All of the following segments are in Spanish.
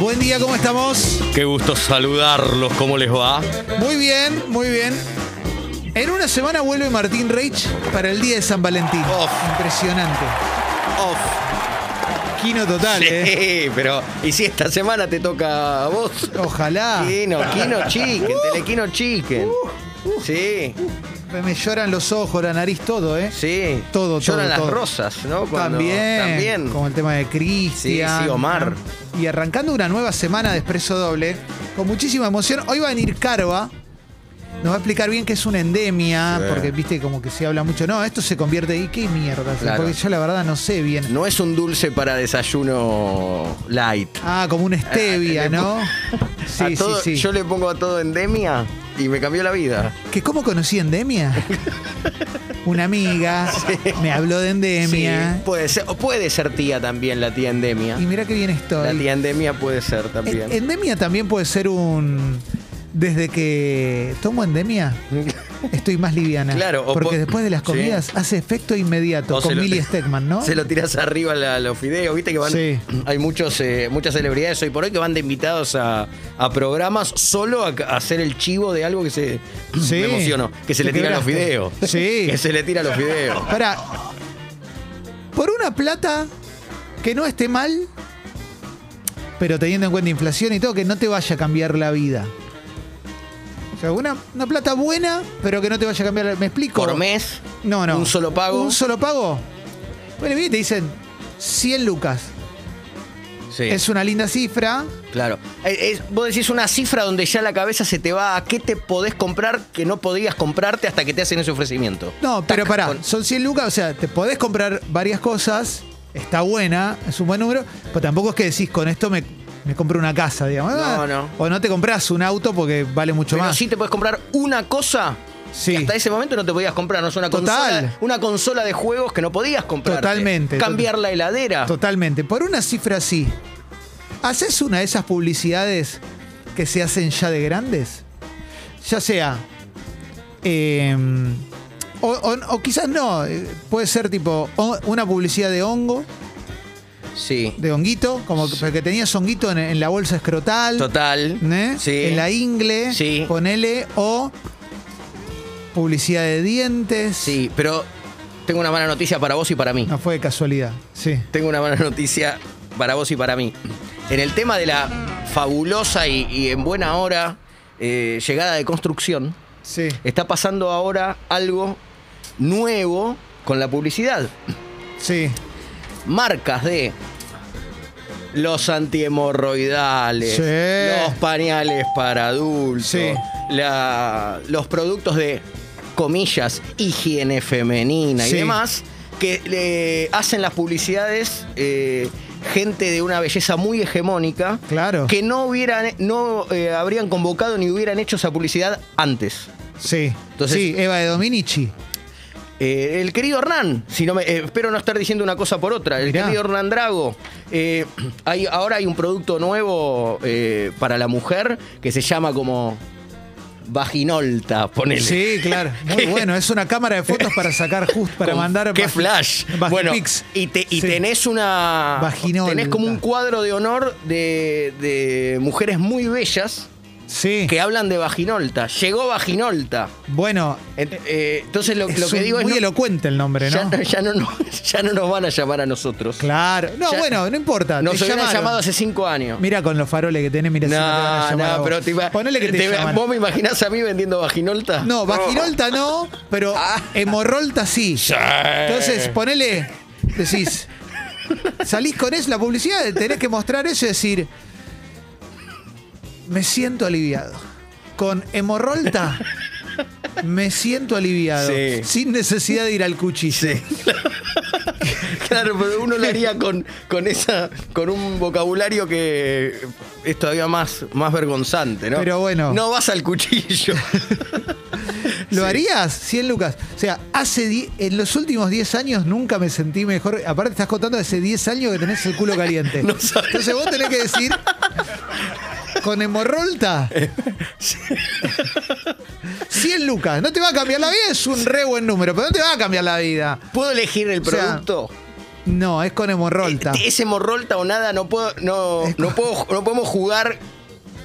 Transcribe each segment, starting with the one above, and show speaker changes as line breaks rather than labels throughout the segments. Buen día, ¿cómo estamos?
Qué gusto saludarlos, ¿cómo les va?
Muy bien, muy bien. En una semana vuelve Martín Reich para el día de San Valentín.
Of.
Impresionante.
Off.
Quino total, ¿eh?
Sí, pero. ¿Y si esta semana te toca a vos?
Ojalá.
Kino, Kino Chicken,
Uh.
Telequino Chicken. Sí,
Me lloran los ojos, la nariz, todo, ¿eh?
sí.
Todo, todo,
Lloran las
todo.
rosas, ¿no? Cuando-
también,
También.
Como el tema de Cristian.
Sí, sí, Omar.
Y arrancando una nueva semana de Expreso Doble, con muchísima emoción. Hoy va a venir Carva. Nos va a explicar bien qué es una endemia,
Sí.
porque viste como que se habla mucho. No, esto se convierte en qué mierda,
Claro.
porque yo la verdad no sé bien.
No es un dulce para desayuno light.
Ah, como una stevia,
le
¿no?
A
Sí,
todo-
sí, sí.
Yo le pongo a todo endemia y me cambió la vida.
¿Que ¿Cómo conocí endemia? Una amiga me habló de endemia
Sí, puede ser, o puede ser tía también la tía endemia.
y mira qué bien
La
estoy.
tía endemia puede ser también.
En- Endemia también puede ser un. Desde que tomo endemia, estoy más liviana.
Claro, o po-
porque después de las
sí.
comidas hace efecto inmediato
O se
con
lo-
Millie Stegman, ¿no?
Se lo tiras arriba a los fideos, viste que van.
Sí.
Hay muchos, eh, muchas celebridades hoy por hoy que van de invitados a, a programas solo a, a hacer el chivo de algo que se.
Sí.
Me emociono. Que se
Te
le tiran los
quebraste.
fideos.
Sí.
Que se le tira los fideos.
Para. Por una plata que no esté mal, pero teniendo en cuenta inflación y todo, que no te vaya a cambiar la vida. O sea, una, una plata buena, pero que no te vaya a cambiar la ¿Me explico?
Por mes.
No, no.
¿Un solo pago?
¿Un solo pago? Bueno, bien, te dicen 100 lucas.
Sí.
Es una linda cifra.
Claro. Eh, es- vos decís una cifra donde ya la cabeza se te va a qué te podés comprar que no podías comprarte hasta que te hacen ese ofrecimiento.
No, pero
Tac,
pará,
con-
son 100 lucas, o sea, te podés comprar varias cosas, está buena, es un buen número, pero tampoco es que decís, con esto me, me compro una casa, digamos.
No,
Ah,
no.
O no te compras un auto porque vale mucho
Pero
más.
sí te podés comprar una cosa
Sí.
que hasta ese momento no te podías comprar. No es una
Total.
consola, una consola de juegos que no podías comprar.
Totalmente.
Cambiar la heladera.
Totalmente. Por una cifra así, ¿haces una de esas publicidades que se hacen ya de grandes? Ya sea. eh, o, o- o quizás no, eh, puede ser tipo o- una publicidad de hongo,
sí.
de honguito, como que, pero que tenías honguito en, en la bolsa escrotal.
Total.
¿né?
Sí.
En la ingle,
Sí.
ponele, o publicidad de dientes.
Sí, pero tengo una mala noticia para vos y para mí.
No fue de casualidad, sí.
Tengo una mala noticia para vos y para mí. En el tema de la fabulosa y, y en buena hora eh, llegada de construcción,
Sí.
está pasando ahora algo nuevo con la publicidad.
Sí.
marcas de los antihemorroidales,
Sí.
los pañales para adultos,
Sí.
la- los productos de comillas, higiene femenina
Sí.
y demás, que le hacen las publicidades eh, gente de una belleza muy hegemónica,
Claro.
que no hubieran, no eh, habrían convocado ni hubieran hecho esa publicidad antes.
Sí.
Entonces-
sí, Eva de Dominici.
Eh, el querido Hernán, si no me- eh, espero no estar diciendo una cosa por otra, el
Mirá.
querido Hernán Drago, eh, hay, ahora hay un producto nuevo eh, para la mujer que se llama como vaginolta, ponele.
Sí, claro. Muy bueno. Es una cámara de fotos para sacar justo, para
Con-
mandar.
¡Qué
vagi-
flash!
vagi-
Bueno,
pics.
y, te- y
Sí.
tenés una...
Vaginolta.
Tenés como un cuadro de honor de, de mujeres muy bellas
Sí.
que hablan de vaginolta. Llegó vaginolta.
Bueno,
En- eh, entonces lo,
es
lo que
un-
digo es...
muy
no-
elocuente el nombre,
ya,
¿no?
no- ya no, nos- ya no nos van a llamar a nosotros.
Claro. No,
Ya-
bueno, no importa.
Nos
te
hubieran
llamaron.
llamado hace cinco años.
Mira con los faroles que tenés, mira si no te van a
No,
llamar a
no,
vos.
pero te iba-
Ponele que te,
te-
llaman.
¿Vos me imaginás a mí vendiendo vaginolta?
No, vaginolta no, pero
Ah.
hemorrolta sí.
Eh,
Entonces, ponele, decís, salís con eso, la publicidad, tenés que mostrar eso y decir, me siento aliviado. Con hemorrolta, me siento aliviado.
Sí.
Sin necesidad de ir al cuchillo.
Claro, pero uno lo haría con, con esa, con un vocabulario que es todavía más, más vergonzante, ¿no?
Pero bueno.
No vas al cuchillo.
¿Lo harías? 100 lucas. O sea, hace die- en los últimos 10 años nunca me sentí mejor. Aparte, estás contando hace 10 años que tenés el culo caliente.
No sabía.
Entonces vos tenés que decir. Con hemorrolta. 100 lucas. No te va a cambiar la vida, es un re buen número, pero no te va a cambiar la vida.
¿Puedo elegir el
O sea,
producto?
No, es con hemorrolta.
Eh, Ese morrolta o nada, no puedo, no,
Es
no puedo, no podemos jugar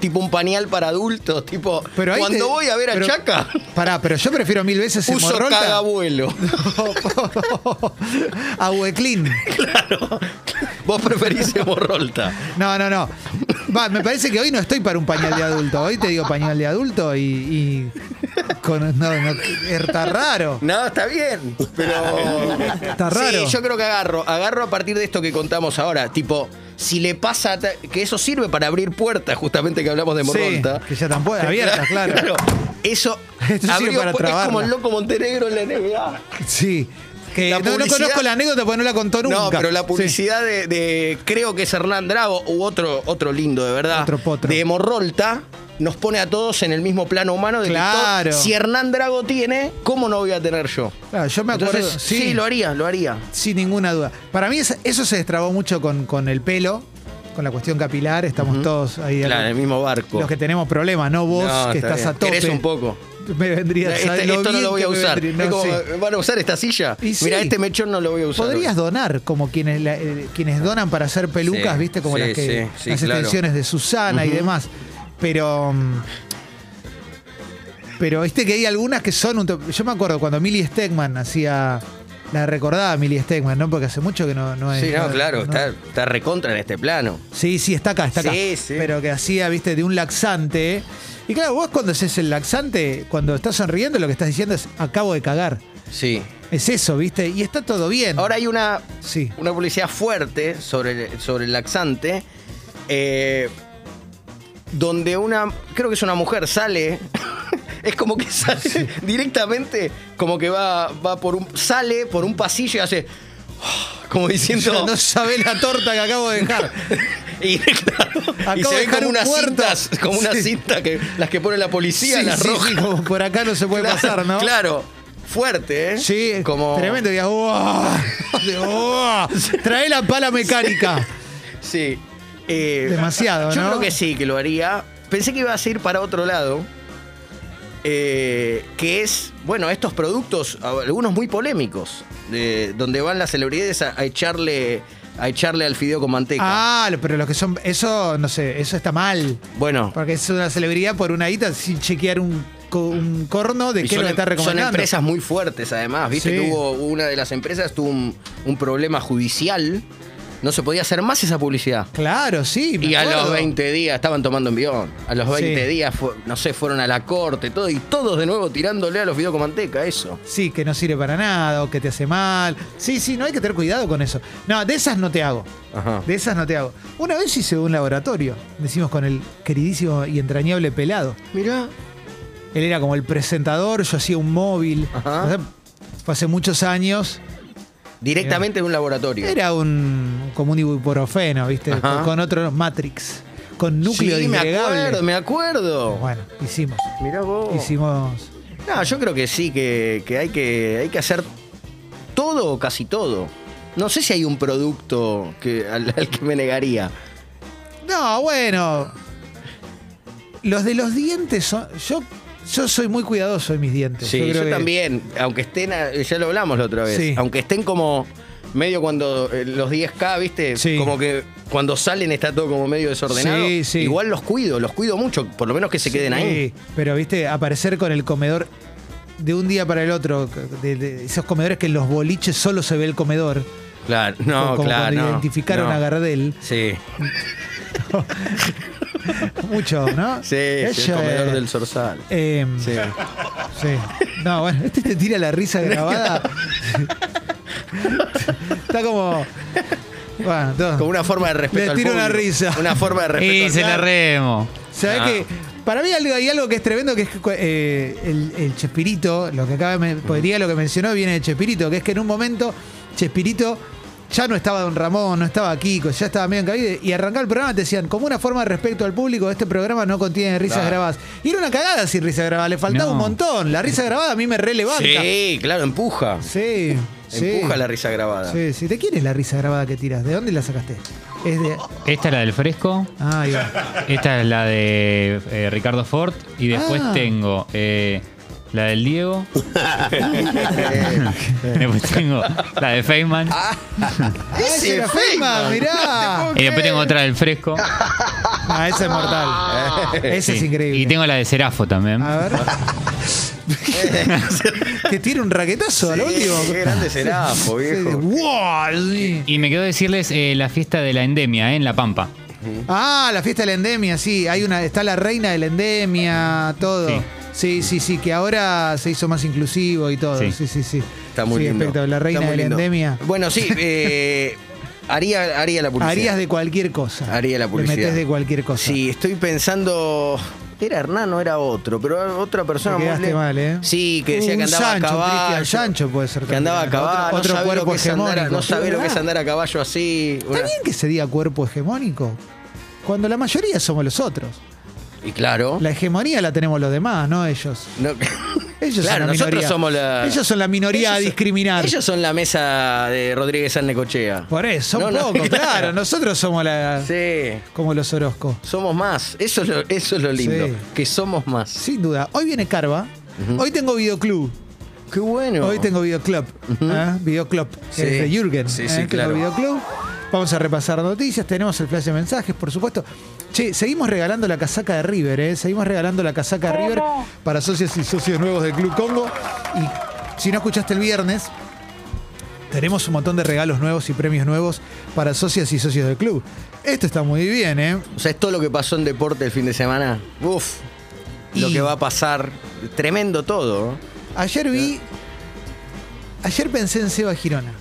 tipo un pañal para adultos, tipo
Pero ahí
cuando
te-
voy a ver a
pero-
Chaca,
Pará, pero yo prefiero mil veces
uso
hemorrolta.
cagabuelo.
Ahueclín.
Vos preferís hemorrolta.
No, no, no. Va, me parece que hoy no estoy para un pañal de adulto. Hoy te digo pañal de adulto y. y con- no, no, está raro.
No, está bien, pero
Está raro.
Sí, yo creo que agarro, agarro a partir de esto que contamos ahora, tipo si le pasa a ta- que eso sirve para abrir puertas, justamente que hablamos de
Sí,
hemorrolta.
que ya tampoco. Abiertas, claro.
Eso
Esto sirve
abrió
para
pu- es como
trabarla.
el loco Montenegro en la NBA.
Sí. Que
La
no- no,
publicidad-
conozco la anécdota porque no la contó nunca.
No, pero la
Sí.
publicidad de, de- creo que es Hernán Bravo u otro, otro lindo, de verdad.
Otro potro.
De Hemorrolta nos pone a todos en el mismo plano humano. De que
Claro.
todo- si Hernán Drago tiene, ¿cómo no voy a tener yo?
Claro, yo me acuerdo.
Entonces, sí. lo haría, lo haría.
Sin ninguna duda. Para mí es- eso se destrabó mucho con, con el pelo, con la cuestión capilar. Estamos todos ahí.
Claro, en el mismo barco.
Los que tenemos problemas, no vos
No,
que
está
estás
bien.
a tope.
Querés un poco.
Me vendría
Este-
¿sabes
esto no
bien
lo voy a
que me
usar.
vendría?
Es
No,
como, eh,
sí.
¿Van a usar esta silla?
Y sí.
Mira, este mechón no lo voy a usar.
Podrías donar, como quienes, la- eh, quienes donan para hacer pelucas,
Sí,
¿viste? Como
sí,
las que
sí, sí,
las
claro.
extensiones de Susana y demás. Pero. mm, Pero viste que hay algunas que son un. to- Yo me acuerdo cuando Millie Stegman hacía. La recordaba Millie Stegman, ¿no? Porque hace mucho que no, no es.
Sí, no, claro,
no-
Está, está recontra en este plano.
Sí, sí, está acá, está acá.
Sí, sí.
Pero que hacía, viste, de un laxante. Y claro, vos cuando haces el laxante, cuando estás sonriendo, lo que estás diciendo es acabo de cagar.
Sí.
Es eso, viste. Y está todo bien.
Ahora hay una
Sí.
una publicidad fuerte sobre el, sobre el laxante, eh, donde una, creo que es una mujer, sale, es como que sale directamente, como que va, va por un, sale por un pasillo y hace, como diciendo...
No sabés la torta que acabo de dejar.
Y, claro, y
Acabo
se
de
ven
dejar
como
un
unas
muerto.
cintas, como una
Sí.
cinta que las que pone la policía, las rojas.
como por acá no se puede
Claro,
pasar, ¿no?
Claro, fuerte, ¿eh?
Sí,
como,
tremendo. Y, ¡uah! ¡Uah! Trae la pala mecánica.
Sí. Eh,
Demasiado,
Yo
¿no?
creo que sí, que lo haría. Pensé que ibas a ir para otro lado. eh, que es, bueno, estos productos, algunos muy polémicos, de, donde van las celebridades a, a echarle a echarle al fideo con manteca.
Ah, pero los que son. Eso, no sé, eso está mal.
bueno,
Porque es una celebridad por una guita sin chequear un, co- un corno de
y
qué es lo
son,
que está
em- son
recomendando.
empresas muy fuertes además, viste
Sí.
que hubo una de las empresas, tuvo un, un problema judicial, no se podía hacer más esa publicidad.
Claro, sí. me
Y a
acuerdo.
los 20 días estaban tomando envión. A los 20
Sí.
días, fu- no sé, fueron a la corte, todo, y todos de nuevo tirándole a los videos con manteca, eso.
Sí, que no sirve para nada o que te hace mal. Sí, sí, no hay que tener cuidado con eso. No, de esas no te hago.
Ajá.
De esas no te hago. Una vez hice un laboratorio, decimos con el queridísimo y entrañable pelado.
Mirá.
Él era como el presentador, yo hacía un móvil.
Ajá.
O sea, Fue hace muchos años.
Directamente de un laboratorio.
Era un como un ibuprofeno, ¿viste?
Ajá.
Con otro Matrix, con núcleo
sí, me
disgregable.
acuerdo, me Oh. acuerdo.
Bueno, hicimos.
Mirá vos.
Hicimos.
No, yo creo que sí, que, que hay que hay que hacer todo o casi todo. No sé si hay un producto que, al, al que me negaría.
No, bueno. Los de los dientes son. Yo, yo soy muy cuidadoso de mis dientes.
Sí, yo,
creo que-
también, aunque estén, a- ya lo hablamos la otra vez,
Sí.
aunque estén como medio cuando eh, los 10K, ¿viste?
Sí.
Como que cuando salen está todo como medio desordenado.
Sí, sí.
Igual los cuido, los cuido mucho, por lo menos que se queden ahí.
Sí, pero viste, aparecer con el comedor de un día para el otro, de, de esos comedores que en los boliches solo se ve el comedor.
Claro, no,
como
claro.
cuando
no,
identificaron
no.
a Gardel.
Sí,
Mucho, ¿no?
sí, sí, el
Ella,
comedor
eh,
del zorzal.
eh,
Sí.
sí. No, bueno, este te tira la risa grabada. Está como. Bueno, todo.
Como una forma de respeto
Le
al
tiro una
público.
risa.
Una forma de respeto
Y
al
se la
público.
remo.
¿Sabés
No.
que Para mí algo- hay algo que es tremendo, que es eh, el, el Chespirito, lo que acaba de men- podría lo que mencionó viene de Chespirito, que es que en un momento Chespirito ya no estaba Don Ramón, no estaba Kiko, ya estaba medio en cabide, y arrancaba el programa te decían, como una forma de respecto al público, este programa no contiene risas
Claro.
grabadas. Y era una cagada sin risas grabadas, le faltaba
No.
un montón. La risa grabada a mí me relevanta.
Sí, claro, empuja.
Sí, sí.
Empuja la risa grabada.
Sí, sí. ¿De quién es la risa grabada que tiras? ¿De dónde la sacaste? Es de.
Esta es la del fresco.
Ah, ahí va.
Esta es la de eh, Ricardo Ford. Y después
Ah.
tengo eh, la del Diego. después tengo la de Feynman.
Ah, ¡Ese era Feynman! ¡Mirá!
y después tengo otra del Fresco.
Ah, ese es mortal. Ese es
Sí.
increíble.
Y tengo la de Serafo también.
A ver. que tira un raquetazo al último.
Qué grande Serafo,
Sí, de-
viejo.
¡Wow! sí.
Y me quedó decirles eh, la fiesta de la endemia eh, en La Pampa.
Ah, la fiesta de la endemia, sí. Hay una, está la reina de la endemia, todo.
Sí.
Sí, sí, sí, que ahora se hizo más inclusivo y todo. Sí,
Sí.
sí, sí.
Está muy
Sí,
lindo.
espectacular. La
Está
reina
muy
de la
lindo.
endemia.
Bueno, sí, eh, haría, haría la publicidad.
Harías de cualquier cosa.
Haría la publicidad.
Te metes de cualquier cosa.
Sí, estoy pensando. Era Hernán o era otro, pero otra persona
Te
muy
quedaste
le-
mal, ¿eh?
Sí, que decía
Un
que andaba
Sancho,
a caballo.
Cristian Sancho puede ser
Que andaba a
también.
caballo.
Otro- otro
no sabía lo
cuerpo
que es andar,
hegemónico.
no sabés lo que es
¿Verdad?
andar a caballo así.
Está
una-
bien que se diga cuerpo hegemónico. Cuando la mayoría somos los otros.
Y claro.
La hegemonía la tenemos los demás, no ellos.
no-
Ellos
claro,
son la
nosotros
minoría.
somos la.
Ellos son la minoría a
Ellos son-
discriminar.
Ellos son la mesa de Rodríguez Alnecochea.
Por eso,
No,
un
no,
poco, claro. Nosotros somos la,
Sí.
como los Orozco.
Somos más. Eso es lo, eso es lo lindo.
Sí.
Que somos más.
Sin duda. Hoy viene Carva. Hoy tengo videoclub.
Qué bueno.
Hoy tengo videoclub. ¿eh? Videoclub. que
Sí.
es de Jürgen.
Sí,
¿eh?
sí,
Tengo
claro.
videoclub. Vamos a repasar noticias. Tenemos el flash de mensajes, por supuesto. Che, seguimos regalando la casaca de River, ¿eh? Seguimos regalando la casaca de River para socios y socios nuevos del Club Congo. Y si no escuchaste el viernes, Tenemos un montón de regalos nuevos y premios nuevos para socias y socios del club. Esto está muy bien, ¿eh?
O sea, es todo lo que pasó en deporte el fin de semana. Uf. Lo
Y-
que va a pasar. Tremendo todo.
Ayer vi. Ayer pensé en Seba Girona.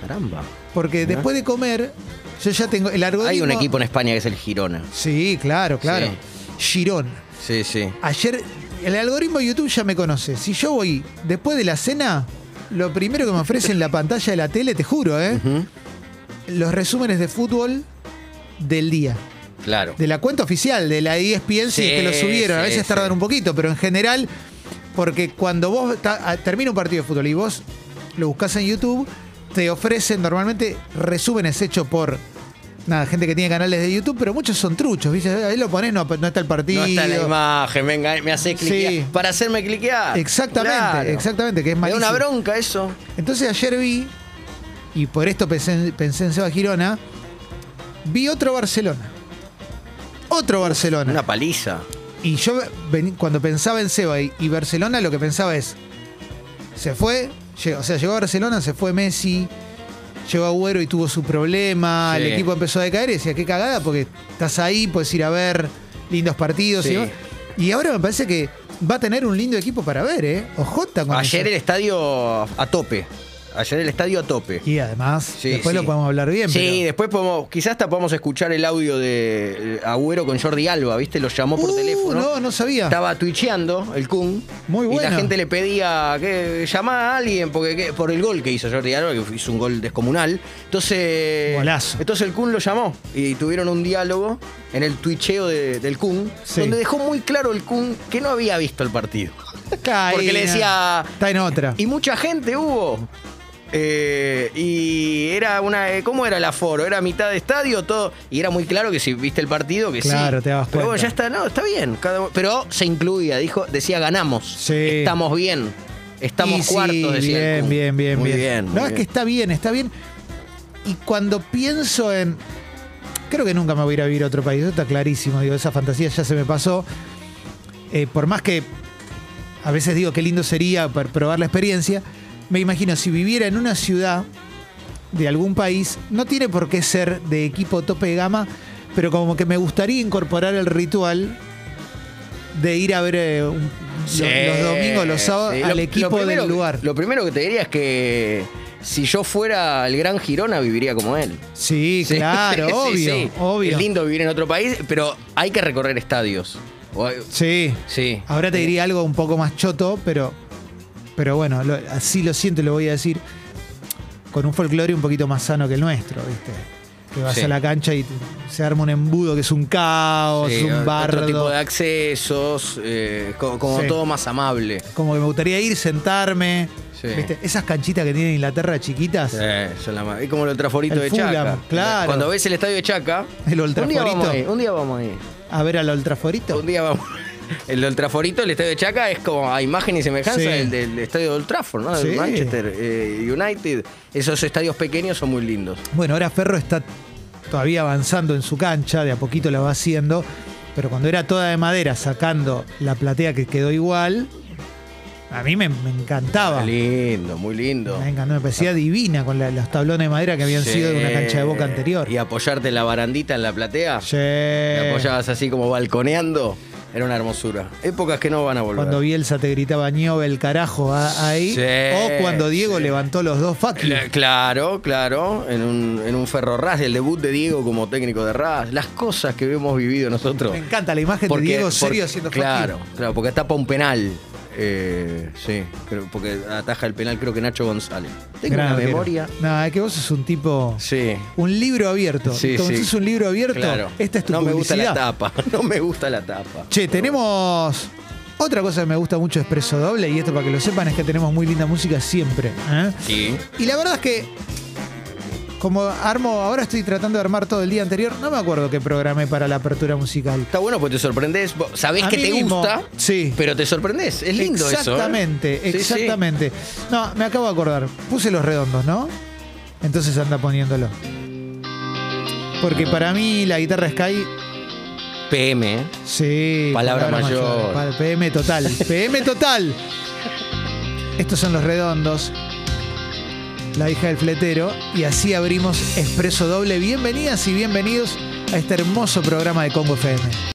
Caramba.
Porque después de comer, yo ya tengo. El algoritmo.
Hay un equipo en España que es el Girona.
Sí, claro, claro. Girón.
Sí, sí.
Ayer. El algoritmo de YouTube ya me conoce. Si yo voy después de la cena, lo primero que me ofrece en la pantalla de la tele, te juro, ¿eh?
Ujú.
Los resúmenes de fútbol del día.
Claro.
De la cuenta oficial, de la E ESPN, sí,
Sí,
es que lo subieron. a
sí,
veces
sí.
tardan un poquito, pero en general, porque cuando vos ta- a- termina un partido de fútbol y vos lo buscas en YouTube, te ofrecen normalmente resúmenes hechos por. Nada, gente que tiene canales de YouTube, pero muchos son truchos, ¿viste? Ahí lo pones, no, no está el partido.
No está la imagen, me, enga- me
Sí.
hace cliquear. Para hacerme cliquear.
Exactamente,
Claro.
exactamente, que es
Me da
malísimo.
una bronca eso.
Entonces ayer vi, y por esto pensé, en- pensé en Seba Girona, vi otro Barcelona. Otro Barcelona.
Una paliza.
Y yo ven- cuando pensaba en Seba y, y Barcelona, lo que pensaba es, se fue, lle- o sea, llegó a Barcelona, se fue Messi, llegó Agüero y tuvo su problema,
Sí.
el equipo empezó a decaer y decía, qué cagada, porque estás ahí, puedes ir a ver lindos partidos. y
Sí.
demás". Y, ahora me parece que va a tener un lindo equipo para ver, ¿eh? Ojota con
Ayer el
eso.
estadio a tope. Ayer el estadio a tope.
Y además,
Sí,
después
sí.
lo podemos hablar bien.
Sí,
pero-
después podemos, quizás hasta podemos escuchar el audio de eh, Agüero con Jordi Alba, ¿viste? Lo llamó por
Uh,
teléfono.
No, no sabía.
Estaba twitcheando el Kun.
Muy
Y
bueno.
la gente le pedía que llamara a alguien porque, que- por el gol que hizo Jordi Alba, que hizo un gol descomunal. Entonces.
Golazo.
Entonces el Kun lo llamó y tuvieron un diálogo en el twitcheo de- del Kun,
Sí.
donde dejó muy claro el Kun que no había visto el partido. Porque le decía-
Está en otra.
Y mucha gente hubo. Eh, y era una. eh, ¿Cómo era el aforo? Era mitad de estadio, todo. Y era muy claro que si viste el partido, que sí.
Claro, te dabas
Pero bueno,
cuenta.
ya está, no, está bien. cada- pero se incluía, dijo, decía ganamos.
Sí.
Estamos bien. Estamos
Y sí,
cuartos, decía. el
Bien,
Kun.
bien, bien,
Muy
bien.
bien.
No,
muy
es que
bien.
está bien, está bien. Y cuando pienso en. Creo que nunca me voy a ir a vivir a otro país, eso está clarísimo, digo, esa fantasía ya se me pasó. Eh, por más que a veces digo qué lindo sería para probar la experiencia, me imagino si viviera en una ciudad de algún país, no tiene por qué ser de equipo tope de gama, pero como que me gustaría incorporar el ritual de ir a ver eh, un-
Sí,
los, los domingos, los sábados,
sí.
al
Lo- lo
equipo
primero
del
que-
lugar.
Lo primero que te diría es que si yo fuera el gran Girona, viviría como él.
Sí,
Sí,
claro,
sí,
obvio,
sí.
obvio.
Es lindo vivir en otro país, pero hay que recorrer estadios. O hay-
Sí.
Sí.
Ahora te
Eh,
diría algo un poco más choto, pero, pero bueno, lo- así lo siento y lo voy a decir. Con un folclore un poquito más sano que el nuestro, ¿viste? Que vas
Sí.
a la cancha y te- se arma un embudo que es un caos,
sí,
un bardo.
Eh, Otro tipo de accesos, eh, co- como,
Sí.
todo más amable.
Como que me gustaría ir, sentarme.
Sí.
¿viste? Esas canchitas que tiene Inglaterra chiquitas.
son la ma- es como el traforito
El
de
Fulham,
Chaca.
claro.
Cuando ves el estadio de Chaca,
El Old
un día vamos
Traforito.
ahí, un día vamos ahí.
A ver al Oltraforito.
Un día vamos. el de Old Traffordito, el estadio de Chaca, es como a imagen y semejanza
Sí.
del, del estadio de Old Trafford, ¿no? Del
Sí.
Manchester eh, United. Esos estadios pequeños son muy lindos.
Bueno, ahora Ferro está todavía avanzando en su cancha, de a poquito la va haciendo, pero cuando era toda de madera, sacando la platea que quedó igual, a mí me, me encantaba. Me
Lindo, muy lindo.
encantó, Ah, me parecía divina con la- los tablones de madera que habían
Sí.
sido de una cancha de boca anterior.
Y apoyarte en la barandita en la platea.
Sí.
Te apoyabas así como balconeando. Era una hermosura. Épocas que no van a volver.
Cuando Bielsa te gritaba ñobe el carajo a- ahí.
Sí,
o cuando Diego
sí.
levantó los dos fuck you.
Cla- Claro, claro, en un, en un ferro ras, el debut de Diego como técnico de ras, las cosas que hemos vivido nosotros.
Me encanta la imagen
Porque-
de Diego serio
porque-
haciendo fuck you.
Claro, claro, porque tapa un penal. eh, sí, creo- porque ataja el penal, creo que Nacho González. Tengo
Gran
una
arquero.
memoria.
No, es que vos sos un tipo.
Sí.
Un libro abierto.
Sí,
Como
sí.
sos un libro abierto,
Claro.
esta es tu
no
publicidad.
me gusta la tapa, no me gusta la tapa.
Che, tenemos. Otra cosa que me gusta mucho de Expreso Doble, y esto para que lo sepan, es que tenemos muy linda música siempre. ¿eh?
Sí.
Y la verdad es que. Como armo, ahora estoy tratando de armar todo el día anterior, no me acuerdo qué programé para la apertura musical.
Está bueno porque te sorprendes. Vos Sabés
A
que
mí
te
mismo.
gusta,
Sí.
pero te sorprendes. Es lindo eso. ¿eh?
exactamente,
Sí, sí.
exactamente. No, me acabo de acordar. Puse los redondos, ¿no? Entonces anda poniéndolo. Porque para mí la guitarra Sky,
PM. ¿eh?
sí.
Palabra mayor.
Pa- PM total. PM total. Estos son los redondos. La hija del fletero. Y así abrimos Expreso Doble. Bienvenidas y bienvenidos a este hermoso programa de Congo FM.